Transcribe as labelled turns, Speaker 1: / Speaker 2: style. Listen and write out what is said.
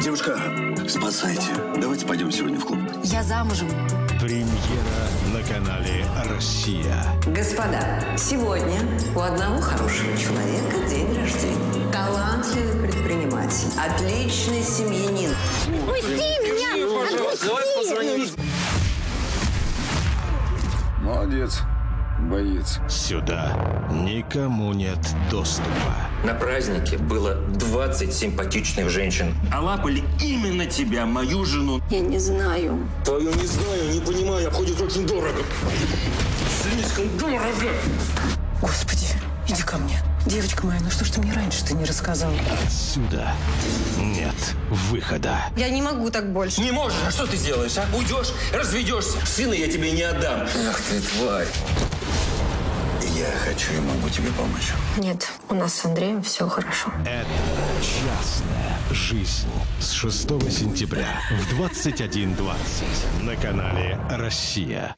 Speaker 1: Девушка, спасайте. Давайте пойдем сегодня в клуб.
Speaker 2: Я замужем.
Speaker 3: Премьера на канале «Россия».
Speaker 4: Господа, сегодня у одного хорошего человека день рождения. Талантливый предприниматель, отличный семьянин.
Speaker 1: Молодец, боец.
Speaker 3: Сюда никому нет доступа.
Speaker 5: На празднике было 20 симпатичных женщин.
Speaker 6: А лапали именно тебя, мою жену.
Speaker 7: Я не знаю.
Speaker 6: Твою не знаю, не понимаю, обходится очень дорого. Слишком дорого.
Speaker 8: Господи, иди ко мне. Девочка моя, ну что ж ты мне раньше ты не рассказала?
Speaker 3: Отсюда нет выхода.
Speaker 7: Я не могу так больше.
Speaker 5: Не можешь, а что ты делаешь, а? Уйдешь, разведешься. Сына я тебе не отдам. Ах ты, тварь.
Speaker 1: Я хочу и могу тебе помочь.
Speaker 7: Нет, у нас с Андреем все хорошо.
Speaker 3: Это частная жизнь с 6 сентября в 21.20 на канале «Россия».